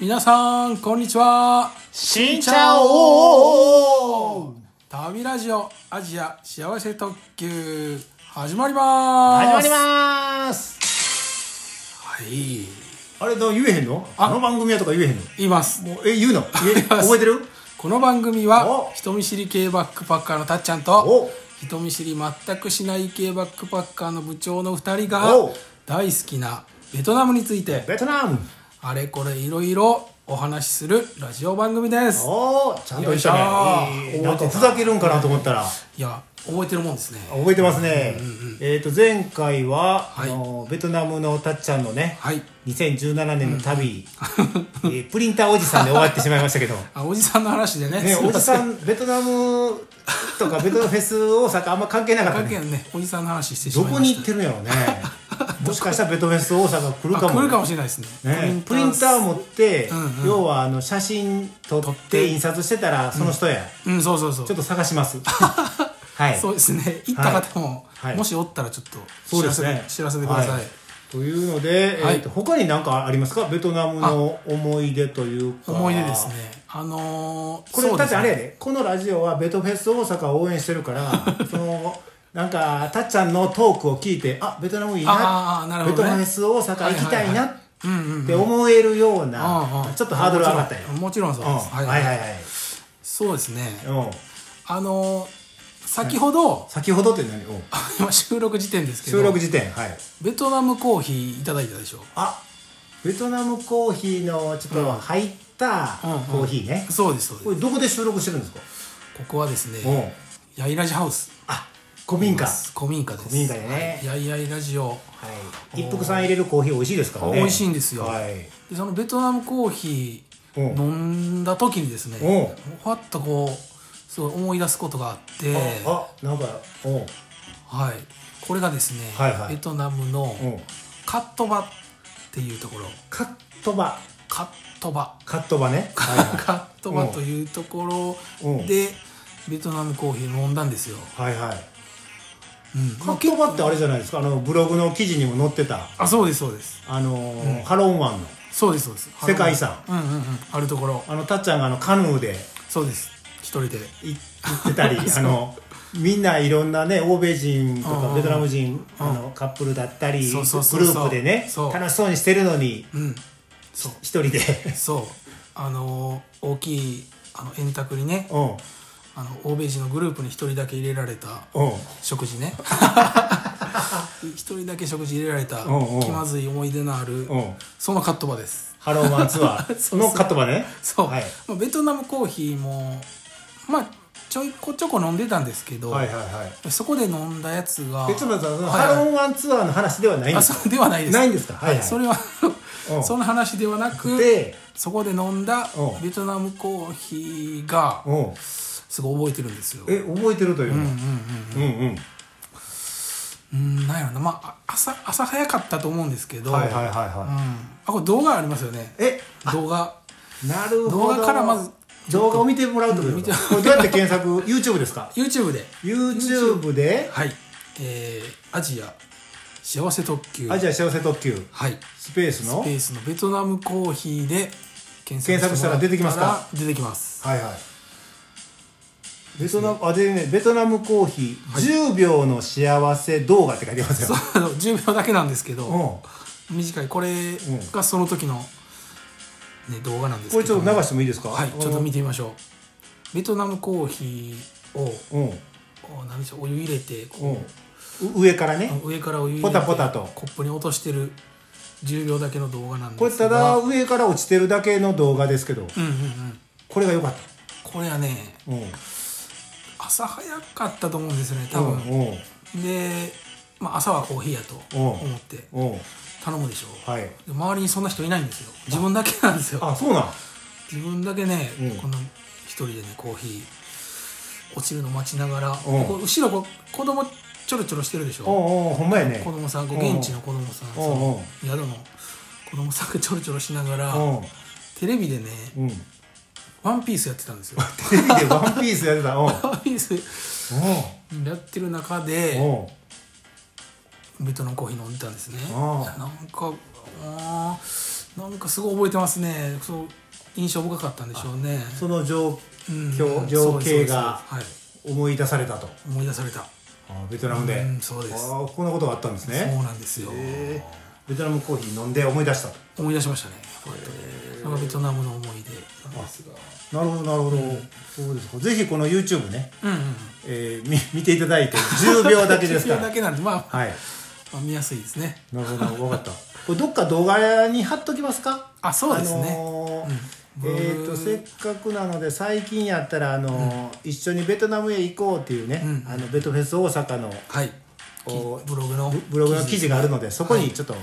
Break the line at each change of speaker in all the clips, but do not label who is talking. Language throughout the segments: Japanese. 皆さんこんにちは
しんち
チ
ゃお
旅ラジオアジア幸せ特急始まります
始まります
はい
あれどう言えへんのあの番組はとか言えへんの
言います
もうえ言うのえ
います
覚えてる
この番組は
お
人見知り系バックパッカーのたっちゃんと
お
人見知り全くしない系バックパッカーの部長の2人が
お
大好きなベトナムについて
ベトナム
あれこれいろいろお話しするラジオ番組です
おおちゃんと言った
よい
ね
しょ
いいなんかふざけるんかなと思ったら
いや覚えてるもんですね
覚えてますねえっと前回はあ
い
のベトナムのたっちゃんのね
はい
2017年の旅えープリンターおじさんで終わってしまいましたけど
あおじさんの話でね
ね
すい
お
ませ
じさんベトナムとかベトナムフェス大阪あんま関係なかった
関
ね
係ないねおじさんの話してし
ど
まい
こ
まし
に
た
行ってるんやろう ねもしかしたらベトフェス大阪来るか
あ来
も
るかもしれないですね
ね、プリンター持って、
うんうん
要はあの写真撮
撮っ
って
て
印刷してたらその人や、
うんそうそうそう
ちょっと探 しますはい
そうですね行った方も、
はいはい
もしおったらちょっと
そう
知
で
らせ
す
て,、
ね
知らせてください、
はというので、
はい
えーと他に何かありますかベトナムの思い出というか
思い出ですねあのー、
こ
そ
れ
うで
だっ
す
て
ね
あれやでこのラジオはベトフェス大阪を応援してるから そのなんかたっちゃんのトークを聞いてあベトナムいい
あ
な
ーあーなるほどね
ベトナムフェス大阪行きたいなっ
うんうん
て思えるような、
ああ
ちょっとハードル上がったよ、
もちろんもち
うん
ろんそうです、
はいはいはい、
そうですね
うん、
あのー、先ほど、
先ほどって何うん
今 収録時点ですけど
収録時点はい
ベトナムコーヒーいただいたでしょ
あベトナムコーヒーのちょっと入った
うんうん
コーヒーね、
そうですそうです
これどこで収録してるんですか、
ここはです
う
ね
ん
やいラジハウス
あ古民家
古民家です
古民家でね
はいやいやいラジオ
はい、一服さん入れるコーヒー美味しいですからね
美味しいんですよ
はい
でそのベトナムコーヒ
うん
ー飲んだ時にですね
おう
ふわっとこうすごい思い出すことがあって
ああなんかおう
はい、これがですね、
はいはい
ベトナムの
おう
カットバっていうところ
カットバ
カットバ
カットバね、は い
カットバというところでベトナムコーヒー飲んだんですよ、
はい、はいはい
うん、
カットバってあれじゃないですかあのブログの記事にも載ってた
あそうですそうです
あのーハロン湾の
そうですそうです
世界遺産
うんうんうんあるところ
あのたっちゃんがあのカヌーで
そうです一人で
い行っ てたりあのみんないろんなね欧米人と
うんう
か
ん
ベトナム人あのカップルだったりグル
そうそうそうそう
ープでね
そう
楽しそうにしてるのに
うんそう
一人 で
そうあのー大きいあの円卓にね
うん
あの欧米人のグループに一人だけ入れられた
うん
食事ね 一人だけ食事入れられた
うんうん
気まずい思い出のある
うん
そのカットバです
ハローマンツア
そ
ー
うそう
のカットバね
そう、
はい
まあベトナムコーヒーもまあちょいこちょこ飲んでたんですけど、
はいはいはい
そこで飲んだやつが
えちょっと待ってその
はいはい
ハロンワンツアーの話ではないん
あ
です
そうではないです
ないんですかはいはい
それは
うん
その話ではなく
で
そこで飲んだ
うん
ベトナムコーヒーが
うん
すごい覚えてるんですよ
え覚えてるというのうんうん
うんなんやろなまああ朝朝早かったと思うんですけど、
はいはいはい
うん、
は
あこれ動画ありますよね
いえ
動画
なるほど
動画からまず
動画を見てもらうってこと
見
で
て
すかこれどうやって検索 YouTube ですか
YouTube で
YouTube で
はいえー、アジア幸せ特急
アジア幸せ特急
はい
スペース
ス
の
ペースのベトナムコーヒーで検索
検索したら出てきますか
してもらったら出てきます
はいはいベトナムあでねベトナムコーヒー10秒の幸せ動画って書いてます
そ
よ
うあの10秒だけなんですけ
う
ど、
んこ
短いこれ
ん
がその時の、ね、動画なんですけど
れちょっと流してもいいですか
はいちょっと見てみましょうベトナムコーヒーを
うんうん
お何でしょうお湯入れてこ
う上からね
う上からお湯入れて
ポタポタと
コップに落としてる10秒だけの動画なん
こ
で
れ
す
た
が
だ上から落ちてるだけの動画ですけど
うんうんうん
これが良かっ
これはね
たうん
朝早かったと思うんですよね多分、
うんうん
で、まあ、朝はコーヒーやと思って
うん
頼むでしょう、
はい
で周りにそんな人いないんですよ自分だけなんですよ
あそうなん
自分だけね、
うん
この一人でねコーヒー落ちるの待ちながら、こう後ろこう子供ちょろちょろしてるでしょ、
おうおうほんまやね
子供さんこう
うん
現地の子供さん、
ん
その宿の子供さんがちょろちょろしながら、テレビでね
うんうん
「ワンピースやってたんですよ
テレビでワンピースやってたうんうん
ワンピースやってる中で、
うん
ベトナムコーヒー飲んでたんですね
あ
なんかあーなんかすごい覚えてますねそう印象深かったんでしょうね
その状
うん
況
そう
情
ですそうで
景
す
が
はい
思い出されたと
思い出された
あベトナムで
うんそうです
ああこんなことがあったんです
そう
ね
なんですよ
へえベトナムコーヒー飲んで思い出したと
思い出しましたねこうやってなんかベトナムの思い出なんですが
なるほどなるほど、そうですかぜひこの YouTube ね、
うんうんうん
えー、み見ていただいて10秒だけですか
10秒
ら
だけなんでまあ
はい
まあ見やすいですね
なるほど分かったこれどっか動画に貼っときますか
あそうです
あ
ね
の
う
ー
ん
えー、とせっかくなので最近やったらあのー、一緒にベトナムへ行こうっていうね、
うん
あのベトフェス大阪の
はいき
お
ブログの
ブブログの記事があるのでそこにちょっと、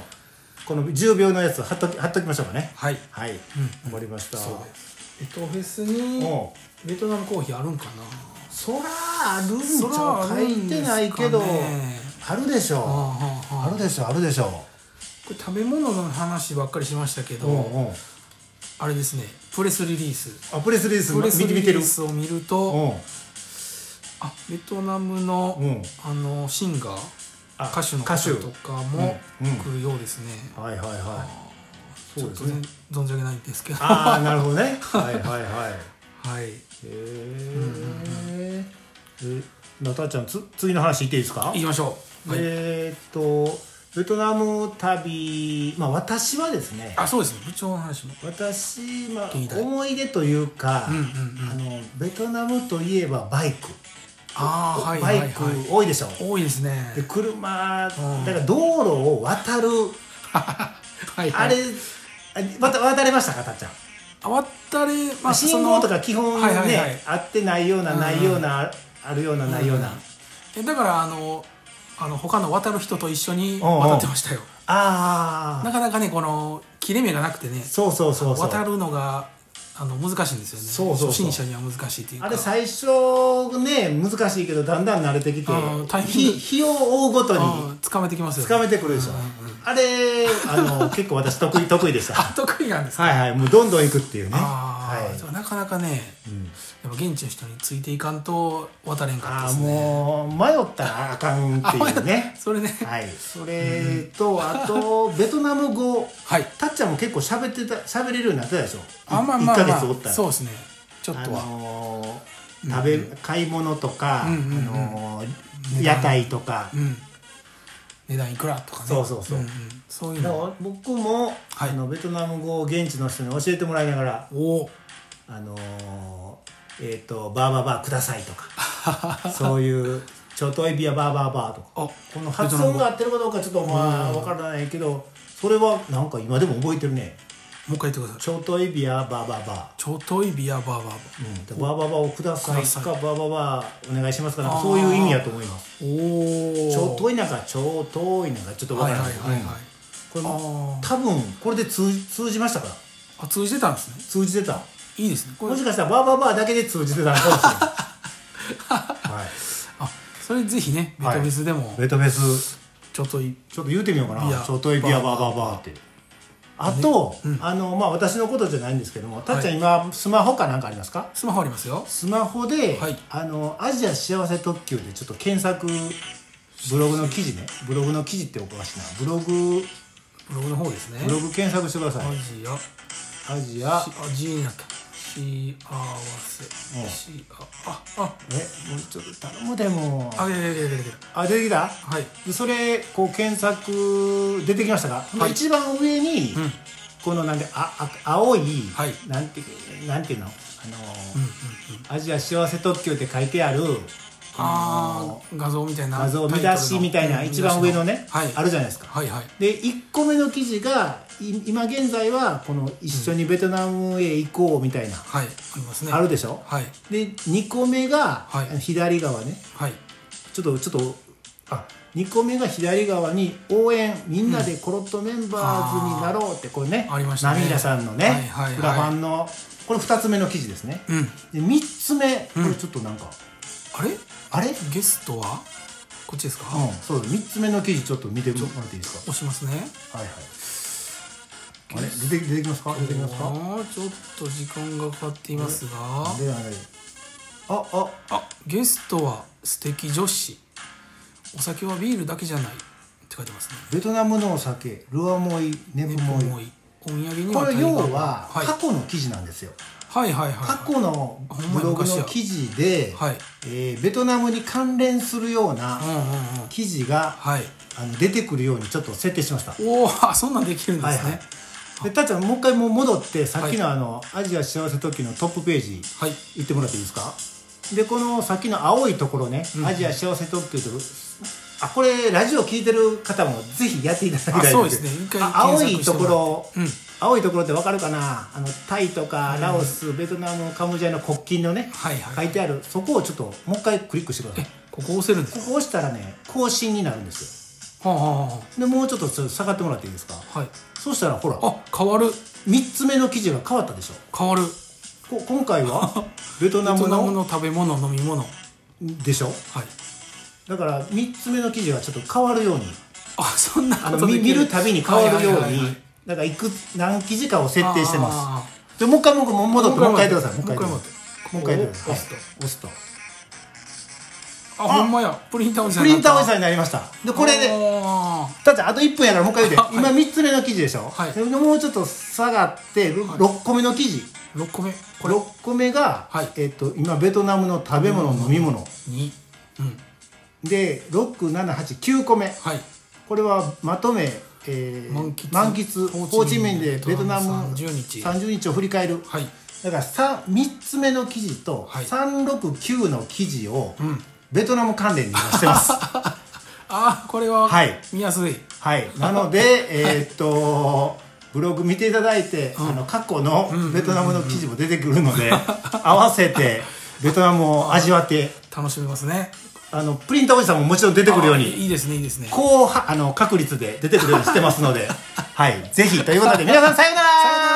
この10秒のやつ貼っとき貼っときましょうかね
はい
はい、わかりました
そうですベトフェスに
おう
ベトナムコーヒーあるんかな
そらあるんち
そら
ゃう
あ
書
る
い
んで
て
すかね
ないけどあるでし
ああ
ょう
ああ
あ
ああ
るでしょうあるでしょう
これ食べ物の話ばっかりしましたけど、
うんうん
あれですねプレスリリース
あプレスリリース
プレス
見て
リ
見
リ
てる
ースを見る
う
と
ん
あベトナムの,、
うん
あのシンガー
あ
歌手の
歌手
方とかも
うんうん
来るようですね、
はいはいは
ち
い
ょ
そ
っ
うで
と
すね
ね存じ上げないんですけどは
ああなるほど ねはいはいはいへ
い
ええなたちゃんつ次の話いっていいですか
行きましょう、はい
えーっとベトナム旅まあ私はですね
あそうですね部長の話も
私、まあ
聞き、たい
思い出というか、
うんうん
あのベトナムといえばバイク
ああはいは
バ
い
イク
はい
多いでしょ、
多いですね
で車、
ん
だから道路を渡る、
はいはい
あれあわた渡れましたかたっちゃん、
あ渡れま
まあ、
あ
信号
その
とか基本ね、
はいはいはい
あってないような
うん
ないような、あるようなないような、
うんえだからあのあの他の渡る人と一緒に渡ってましたよ
ああ
なかなかねこの切れ目がなくてね
そうそうそうそう
渡るのがあの難しいんですよね
そうそうそう
初心者には難しいっていうか
あれ最初ね難しいけどだんだん慣れてきて
うんタイミング
日日を追うごとに
うん掴めてきますよ
つ
ね
かめてくるでしょ、
うんうん
あれ あの結構私得意得意でした
あ
は
得意なんですか
いはいもうどんどん行くっていうね
あ
は
あ
い
そうなかなかね
うん
やっぱ現地の人についていかんと渡れんかった
あ
で
あ
すね
もう迷ったらあかんっていうね
それね
はいそれとあとベトナム語
はい
たっちゃんも結構喋ってた喋れるようになってたでしょ
あまあまあ
1ヶ
ま
月おった
あ
ら
そうですねちょっ
あ
とは
のー食べ、買い物とか、
うんうんうん
あのー屋台とか、
うん値段いくらとかね
そうそうそうん
んそういう
だか
の
ら僕も、
はい
あのベトナム語を現地の人に教えてもらいながら
おお
あのーえっ、と「バーバーバーください」とかそういう「ちょといビアバーバーバー」とか
あ
この発音が合ってるかどうかちょっとまあわからないけどそれはなんか今でも覚えてるね
もう一回言ってくださ
「
い
ちょといビアバーバーバ
ちょといビアバーバー
ー」うんで「バーバーバーをください」
ください
か「バーバーバーお願いしますか」なん
あ
か
ー
そういう意味やと思います
おお
「ちょとい」なんか「ちょとい」なんかちょっと
は
わか
いは
ら
い
な
はいいはい、
これも
あ
多分これで通じ通じましたから
ーあ通じてたんですね
通じてた
いいですねこれ
もしかしたらバーバーバーだけで通じてたのかもしれ ないはい
あそれぜひねベトフェスでも
ベトフェス
ちょっとい、
ちょっと言うてみようか
ビア
な「ちょといビアバーバーバー」ってあと、あのまあ私のことじゃないんですけどもたっちゃん今スマホかなんかありますか
スマホありますよ
スマホで、
はい
あのアジア幸せ特急でちょっと検索ブログの記事ねブログの記事っておかしいなブログ
ブログの方ですね
ブログ検索してくださ
ア
い
ジア
アジア
あ G になった幸せ
うん
しああ
えもうちょっと頼むでも
ああげれれれれれれ
あ出てきた
はい
でそれこう検索出てきましたか、
はい
一番上に、
ん
このなんでああ青い、
はい
なんてなんていうの、あのーアジア幸せ特急」って書いてあるこ
あ
の
ー画像みたいな
画像見出しみたいな
うん
一番上のね、
はい
あるじゃないですか。
はいはい
で1個目の記事がい今現在はこの「一緒にベトナムへ行こう」みたいな、
はいありますね
あるでしょ
はい
で2個目が、
はい
あの左側ね
はい
ちょっとちょっとあ2個目が左側に応援みんなでコロットメンバーズになろうってこれね
ありましたね
ナミラさんの
はい
ね
はいはい
フラファンのこれ2つ目の記事ですね
うん
で3つ目これちょっとなんか、
あれ
あれうん
ゲストはこっちですか、
そう3つ目の記事ちょっと見てもらっていいです
押しますね
かはいはいあれ出て出てきますか出てきます
あ
か
ーちょっと時間がかかっていますが
出ないああ
あゲストは素敵女子お酒はビールだけじゃないって書いてますね
ベトナムのお酒ルアモイネブモイ
思いお土産に
こ
は
れ
タイガ
要
ーバー
は
はい、
過去の記事なんですよ、
はいはいはい
過去の
ほんまに
ブログ
昔
の
や
記事で、
はい
えーベトナムに関連するような
うんうんうん
記事が、
はい
あの出てくるようにちょっと設定しました
おお そんなんできるんですね、
はいはいでたっちゃんもう一回もう戻ってさっきの
は
あの、アジア幸せ時のトップページ
はい
行ってもらっていいですかでこの先の青いところね、
うん
アジア幸せ特急とあこれラジオ聞いてる方もぜひやっていただきたい
あそうですね一回
あ青
検索
い
して
と
も
こ
らって
ろ、
うん
青いところってわかるかなあのタイとかラオス、ベトナムカンボジアの国旗のね、
はいはい
書いてあるそこをちょっともう一回クリックしてくださ
え
い
こ
こ
こ押せるんです
こ押したらね更新になるんです
かはあ、は
よでもうちょっとちょっと下がってもらっていいですか
あ、はい
そうしたらほら
あ変わる
3つ目の記事が変わったでしょ
変わる
こ今回はベトナ
ベ
ム
トナム
の
の食べ物飲み物はい
でしょだから3つ目の記事はちょっと変わるように
あそんな
あ
こ
の
と
見
でき
見
る
るたびに変わるよう
はいはいはいは
に
い
だからいく何記事かを設定してま
あ
すでもう一回もう一回戻ってもう一回やってください
も
もう
う
一
一
回
回
も
も
う
う
一回やってください
押すと
押すと
ーあほんまやプリンターおじさん
プリンターおじさんになりましたでこれで、
あ
ただあと1分やからもう一回言うて今3つ目の記事でしょ、
はい
でもうちょっと下がって
はい
6個目の記事、
ー6個目これ
6個目が、
はい
えっと今ベトナムの食べ物飲み物
2うん
で6789個目
はい
これはまとめ、えー
満喫
満喫ホーチミンでベトナム
30日
30日を振り返る
はい
だからさ3つ目の記事と
はい
369の記事を
うん
ベトナム関連にし てます、
ああこれは
はい
見やすい
はいなのでえーっとブログ見ていただいて、あの過去のベトナムの記事も出てくるので、合わせてベトナムを味わって
楽しめますね
あのプリントおじさんももちろん出てくるよう
あー
に
いいですねいいですね
高はあの確率で出てくるようにしてますので、はい、ぜひということで皆さんさようなら